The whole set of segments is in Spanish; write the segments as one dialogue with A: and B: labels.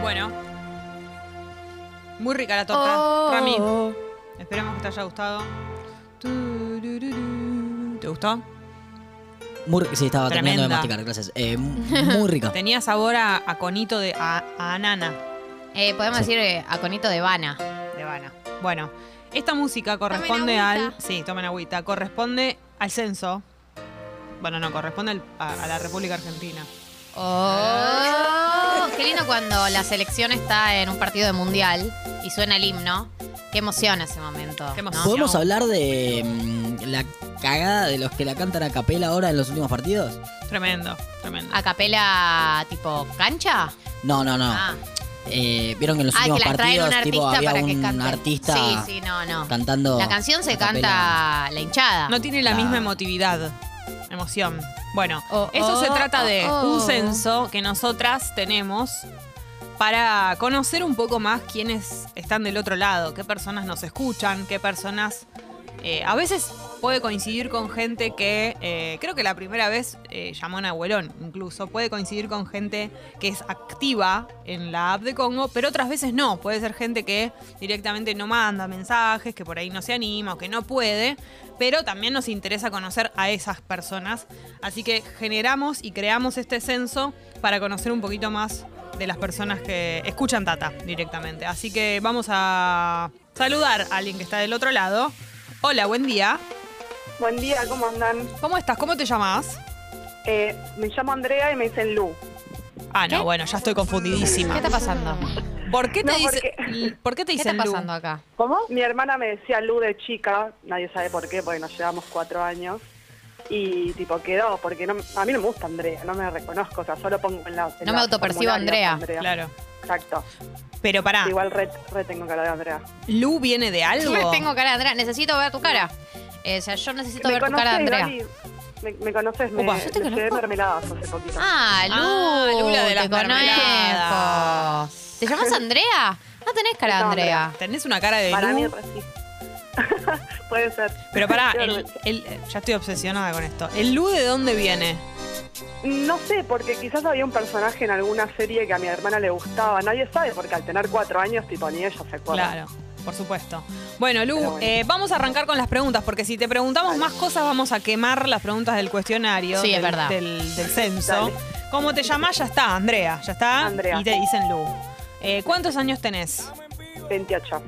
A: Bueno. Muy rica la torta,
B: Oh.
A: Rami. Esperemos que te haya gustado. Tururú. ¿Te gustó?
C: Muy, sí, estaba terminando de
A: Tremenda.
C: masticar, gracias. Eh, muy rica.
A: Tenía sabor a, a conito de. a, a anana
B: Eh, podemos
C: Sí.
B: decir eh, a Conito de Habana.
A: de Habana. Bueno, esta música corresponde al.
B: agüita.
A: Sí, tomen agüita. Corresponde al censo. Bueno, no, corresponde al- a, a la República Argentina.
B: Oh, qué lindo cuando la selección está en un partido de mundial y suena el himno. Qué emoción ese momento.
A: Qué
B: ¿no?
A: emoción.
C: ¿Podemos hablar de mm, la cagada de los que la cantan a capela ahora en los últimos partidos?
A: Tremendo, tremendo.
B: A capela tipo cancha.
C: No, no, no.
B: Ah,
C: Eh, Vieron que en los
B: Ah, que
C: últimos
B: las traen un
C: partidos
B: artista
C: tipo, había
B: para que
C: un
B: cante.
C: artista
B: Sí, sí, no, no.
C: cantando.
B: La canción se
C: a capela.
B: canta la hinchada.
A: No tiene la
C: Claro.
A: misma emotividad, emoción. Bueno,
B: Oh,
A: eso
B: oh,
A: se trata de
B: oh, oh.
A: un censo que nosotras tenemos para conocer un poco más quiénes están del otro lado, qué personas nos escuchan, qué personas... eh, a veces puede coincidir con gente que, eh, creo que la primera vez eh, llamó a un abuelón incluso, puede coincidir con gente que es activa en la app de Congo, pero otras veces no, puede ser gente que directamente no manda mensajes, que por ahí no se anima o que no puede, pero también nos interesa conocer a esas personas. Así que generamos y creamos este censo para conocer un poquito más de las personas que escuchan Tata directamente. Así que vamos a saludar a alguien que está del otro lado. Hola, buen día.
D: Buen día, ¿cómo andan?
A: ¿Cómo estás? ¿Cómo te llamas?
D: Eh, me llamo Andrea y me dicen Lu.
A: Ah, no,
B: ¿Qué?
A: bueno, ya estoy
B: ¿Qué
A: confundidísima.
B: está pasando?
A: ¿Por qué te,
D: No,
A: dice- l- ¿por qué te
B: ¿Qué
A: dicen
B: está
A: Lu?
B: pasando acá?
D: ¿Cómo? Mi hermana me decía Lu de chica, nadie sabe por qué, porque nos llevamos cuatro años. Y tipo quedó, porque no, a mí no me gusta Andrea, no me reconozco, o sea, solo pongo en la. en
B: No
D: la
B: me autopercibo
D: formularia
B: Andrea. Ah.
A: Claro.
D: Exacto.
A: Pero pará,
D: Igual re, re tengo cara de Andrea.
A: ¿Lu viene de algo?
B: Yo tengo cara de Andrea. Necesito ver tu cara. Eh, o sea, yo necesito ver tu cara de Andrea.
D: Loli, me, me conoces, me,
A: Upa, yo te
D: me quedé mermeladas hace poquito.
B: Ah, Lu,
A: Ah, Lula de
B: te
A: las mermeladas.
B: conozco. ¿Te llamas Andrea? No tenés cara de
D: No,
B: Andrea.
A: Tenés una cara de
D: Para
A: Lu.
D: mí re sí. Puede ser.
A: Pero pará,
D: Qué
A: el,
D: vergüenza.
A: el- ya estoy obsesionada con esto. ¿El Lu de dónde viene?
D: No sé, porque quizás había un personaje en alguna serie que a mi hermana le gustaba. Nadie sabe, porque al tener cuatro años, tipo, ni ella se acuerda.
A: Claro, por supuesto. Bueno, Lu,
D: Pero bueno.
A: eh, vamos a arrancar con las preguntas, porque si te preguntamos más cosas, vamos a quemar las preguntas del cuestionario.
B: Sí, es
A: del,
B: verdad.
A: Del, del censo.
D: Dale.
A: ¿Cómo te llamás? Ya está, Andrea. Ya está.
D: Andrea.
A: Y te dicen Lu. Eh, ¿Cuántos años tenés?
D: 28.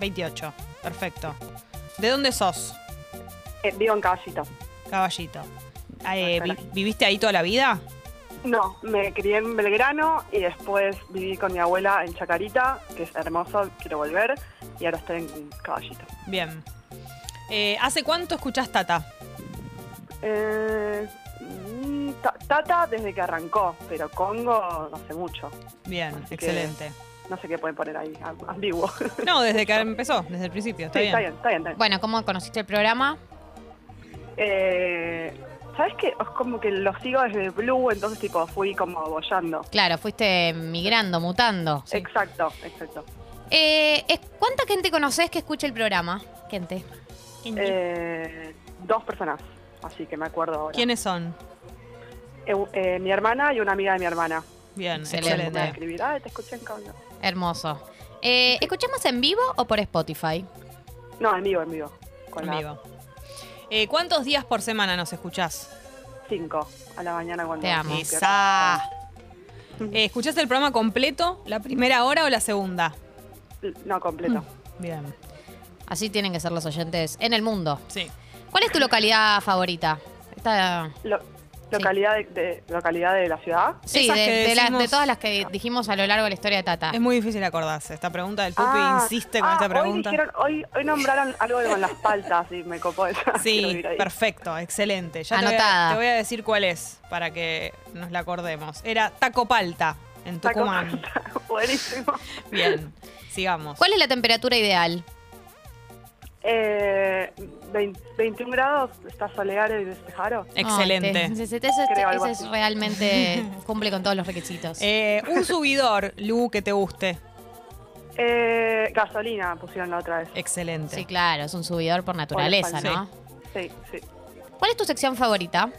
A: 28. Perfecto. ¿De dónde sos,
D: Eh, vivo en Caballito.
A: caballito? Eh,
D: Ah,
A: vi-
D: claro.
A: ¿Viviste ahí toda la vida?
D: No, me crié en Belgrano y después viví con mi abuela en Chacarita, que es hermoso, quiero volver. Y ahora estoy en Caballito.
A: Bien. Eh, ¿Hace cuánto escuchás Tata?
D: Eh, mm, Ta- Tata desde que arrancó, pero Congo no sé mucho.
A: Bien,
D: Así que-
A: excelente.
D: No sé qué pueden poner ahí, am- ambiguo. Sí,
A: No, desde que empezó, desde el principio, está bien.
D: está bien, está bien. está bien.
B: Bueno, ¿cómo conociste el programa?
D: Eh, ¿Sabes qué? Es como que lo sigo desde Blue, entonces tipo fui como bollando.
B: Claro, fuiste migrando, mutando.
D: Exacto, exacto.
B: Eh, es- ¿Cuánta gente conoces que escucha el programa? Gente.
D: Eh, dos personas, así que me acuerdo ahora.
A: ¿Quiénes son?
D: Eh, eh, mi hermana y una amiga de mi hermana.
A: Bien,
B: Excelente.
D: Me
A: excelente.
D: escribir, "Ay, te escuché en Congo".
B: Hermoso. Eh, ¿Escuchás más en vivo o por Spotify?
D: No, en vivo, en vivo. Con
A: En
D: la
A: vivo. Eh, ¿Cuántos días por semana nos escuchás?
D: cinco a la mañana cuando...
B: Te amo.
D: despierto.
A: Eh, ¿Escuchaste el programa completo, la primera hora o la segunda?
D: No, completo.
A: Mm. Bien.
B: Así tienen que ser los oyentes en el mundo.
A: Sí.
B: ¿Cuál es tu localidad favorita? Esta-
D: Lo- localidad, de, de- localidad de la ciudad.
B: sí, de,
A: Esas que
B: de la-
A: decimos- Em-
B: de todas las que dijimos a lo largo de la historia de Tata.
A: Es muy difícil acordarse. Esta pregunta del Pupi
D: Ah,
A: insiste con
D: ah,
A: esta pregunta.
D: Hoy, dijeron- hoy, hoy nombraron algo con las paltas y me copó eso. ah, Quiero
A: Sí,
D: ir ahí.
A: perfecto, excelente. Ya te voy, a,
B: Anotada.
A: te voy a decir cuál es para que nos la acordemos. Era Taco Palta en
D: Taco
A: Tucumán.
D: Palta, Buenísimo.
A: Bien, sigamos.
B: ¿Cuál es la temperatura ideal?
D: Eh, vein- 21 grados, está soleado y despejado.
A: Excelente.
B: Ay, te- ese- ese-
D: Creo algo
B: ese es
D: así.
B: realmente cumple con todos los requisitos.
A: Eh, un subidor, Lu, que te guste.
D: Eh, gasolina pusieron la otra vez.
A: Eh. Excelente.
B: sí, claro, es un subidor por naturaleza,
D: Sí.
B: ¿no?
D: Sí, sí.
B: ¿Cuál es tu sección favorita?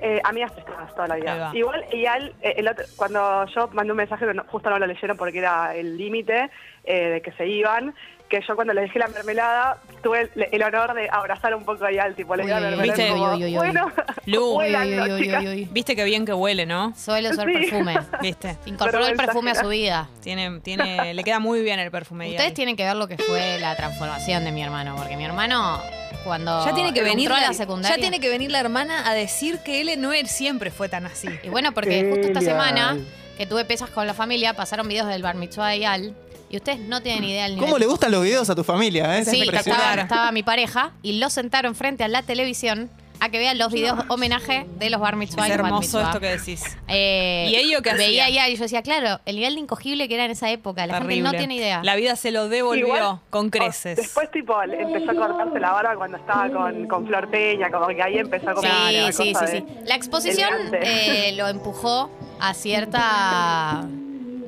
D: Eh, amigas prestadas toda la
A: Ahí
D: vida.
A: va.
D: Igual, y al- eh, el otro- cuando yo mandé un mensaje, pero no- justo no lo leyeron porque era el límite eh, de que se iban, que yo cuando les dejé la mermelada tuve el, el honor de abrazar un poco a Ial, tipo, les
B: Uy,
D: di la
B: uy, uy,
D: mermelada.
A: uy,
D: y como,
B: uy, uy, uy.
D: bueno,
A: Lu,
B: Uy,
D: vuelan,
B: uy,
D: ¿no,
B: uy, uy,
D: chicas?
B: uy, uy.
A: Viste qué bien que huele, ¿no?
B: Suele usar
D: Sí.
B: perfume.
A: Viste.
B: Incorporó el
D: Vergüenza
B: perfume a
D: ajena.
B: su vida.
A: Tiene, tiene, le queda muy bien el perfume. de
B: Ustedes
A: Ial.
B: tienen que ver lo que fue la transformación de mi hermano, porque mi hermano cuando
A: ya tiene que venir
B: entró a la secundaria.
A: ya tiene que venir la hermana a decir que él no es- siempre fue tan así.
B: Y bueno, porque justo esta semana que tuve pesas con la familia, pasaron videos del bar mitzvah de Yal y ustedes no tienen idea del nivel.
E: ¿Cómo le gustan los videos a tu familia? eh? Es
B: Sí,
E: impresionante.
B: estaba, estaba mi pareja y lo sentaron frente a la televisión a que vean los videos homenaje de los bar mitzvah
A: Es
B: y los bat
A: hermoso
B: mitzvah.
A: esto que decís.
B: Eh,
A: ¿Y ello qué
B: Veía
A: hacía?
B: ya y yo decía, claro, el nivel de incogible que era en esa época. La
A: Terrible.
B: gente no tiene idea.
A: La vida se lo devolvió
D: Igual,
A: con
D: o-
A: creces.
D: Después, tipo, le- empezó a cortarse la barba cuando estaba con, con Flor Peña, como que ahí empezó como
B: Sí,
D: una
B: sí,
D: cosa
B: sí, sí.
D: de-
B: La exposición
D: elegante.
B: eh, lo empujó a cierta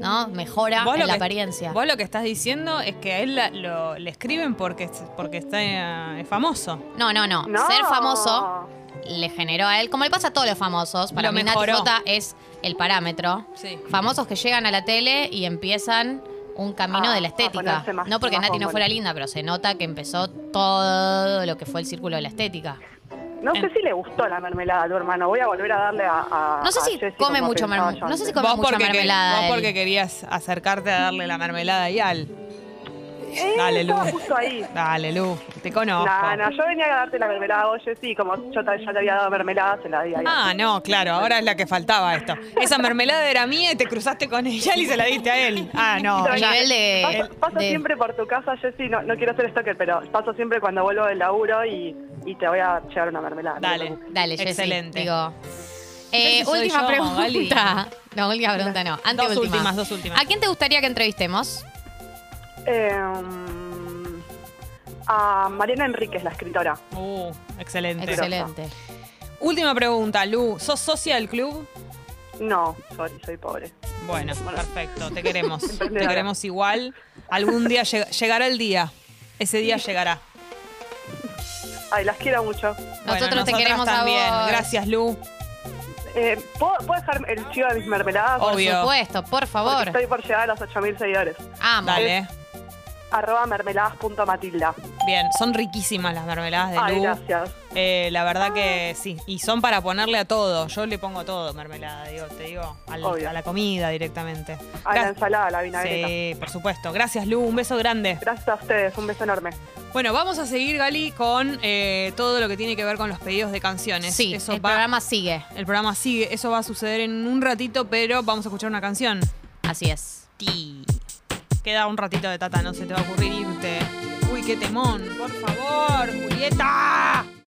B: ¿no? mejora
A: Vos
B: en
A: lo
B: la
A: que-
B: apariencia.
A: Vos lo que estás diciendo es que a él la- lo, le escriben porque, es- porque está, eh, es famoso.
B: No, no, no,
D: No.
B: Ser famoso le generó a él, como le pasa a todos los famosos, para
A: Lo
B: mí Nati
A: mejoró.
B: Jota es el parámetro.
A: Sí.
B: Famosos que llegan a la tele y empiezan un camino
D: A-
B: de la
D: Ah, a
B: estética.
D: ponerse más-
B: no porque
D: más
B: Nati no
D: bombón.
B: fuera linda, pero se nota que empezó todo lo que fue el círculo de la estética.
D: No sé si le gustó la mermelada a tu hermano. Voy a volver a darle a. a-
B: Eh. No sé
D: a
B: si
D: Jessy
B: come
D: como
B: mucho
D: pensaba
B: merm-
D: yo
B: no sé si
D: antes.
B: come
A: Vos
B: mucha
A: porque, que-
B: mermelada
A: vos
B: él.
A: porque querías acercarte a darle la mermelada y al.
D: Eh,
A: Dale, Lu.
D: estaba justo ahí.
A: Dale, Lu, te conozco.
D: No, no, yo venía a darte la mermelada a vos, Jessy, como yo ta- ya te había dado mermelada, se la di a ella.
A: Ah, no, claro, ahora es la que faltaba esto. Esa mermelada era mía y te cruzaste con ella y se la diste a él. Ah, no.
B: El
D: Tranqui.
B: nivel de-
D: Paso, paso
B: de-
D: siempre por tu casa, Jessy, no, no quiero ser stalker, pero paso siempre cuando vuelvo del laburo y, y te voy a llevar una mermelada. no te
A: Dale.
D: preocupes.
B: Dale, Jessy.
A: Excelente.
B: Digo, eh,
A: Jessy soy
B: última
A: yo,
B: pregunta.
A: Gali.
B: No, última pregunta no. Antes
A: Dos últimas, dos últimas.
B: ¿A quién te gustaría que entrevistemos?
D: Eh, a Mariana Enríquez, la escritora.
A: Uh, excelente.
B: Excelente.
A: Última pregunta, Lu. ¿Sos socia del club?
D: No, sorry, soy pobre.
A: Bueno, perfecto, te queremos. te
D: Emprendedora.
A: queremos igual. Algún día lleg- llegará el día. Ese día llegará.
D: Ay, las quiero mucho.
A: Bueno,
B: Nosotros te
A: nosotras
B: queremos a
A: también.
B: vos.
A: Gracias, Lu.
D: Eh, ¿puedo, puedo dejar el chivo de mis mermeladas?
A: Obvio.
B: Por supuesto, por
D: Porque
B: favor.
D: Estoy por llegar a los 8.000 seguidores.
B: Amo.
A: Dale.
D: Arroba mermeladas.matilda.
A: Bien, son riquísimas las mermeladas de
D: Ay,
A: Lu.
D: gracias.
A: Eh, la verdad que sí. Y son para ponerle a todo. Yo le pongo todo mermelada, digo, te digo, al-
D: Obvio.
A: a la comida directamente.
D: A la
A: Gra-
D: ensalada, a la vinagreta.
A: Sí, por supuesto. Gracias, Lu. Un beso grande.
D: Gracias a ustedes, un beso enorme.
A: Bueno, vamos a seguir, Gali, con eh, todo lo que tiene que ver con los pedidos de canciones.
B: Sí,
A: Eso
B: el
A: va-
B: programa sigue.
A: El programa sigue, eso va a suceder en un ratito, pero vamos a escuchar una canción.
B: Así es.
A: Ti. Queda un ratito de tata, no se te va a ocurrir irte. Uy, qué temón, por favor, Julieta.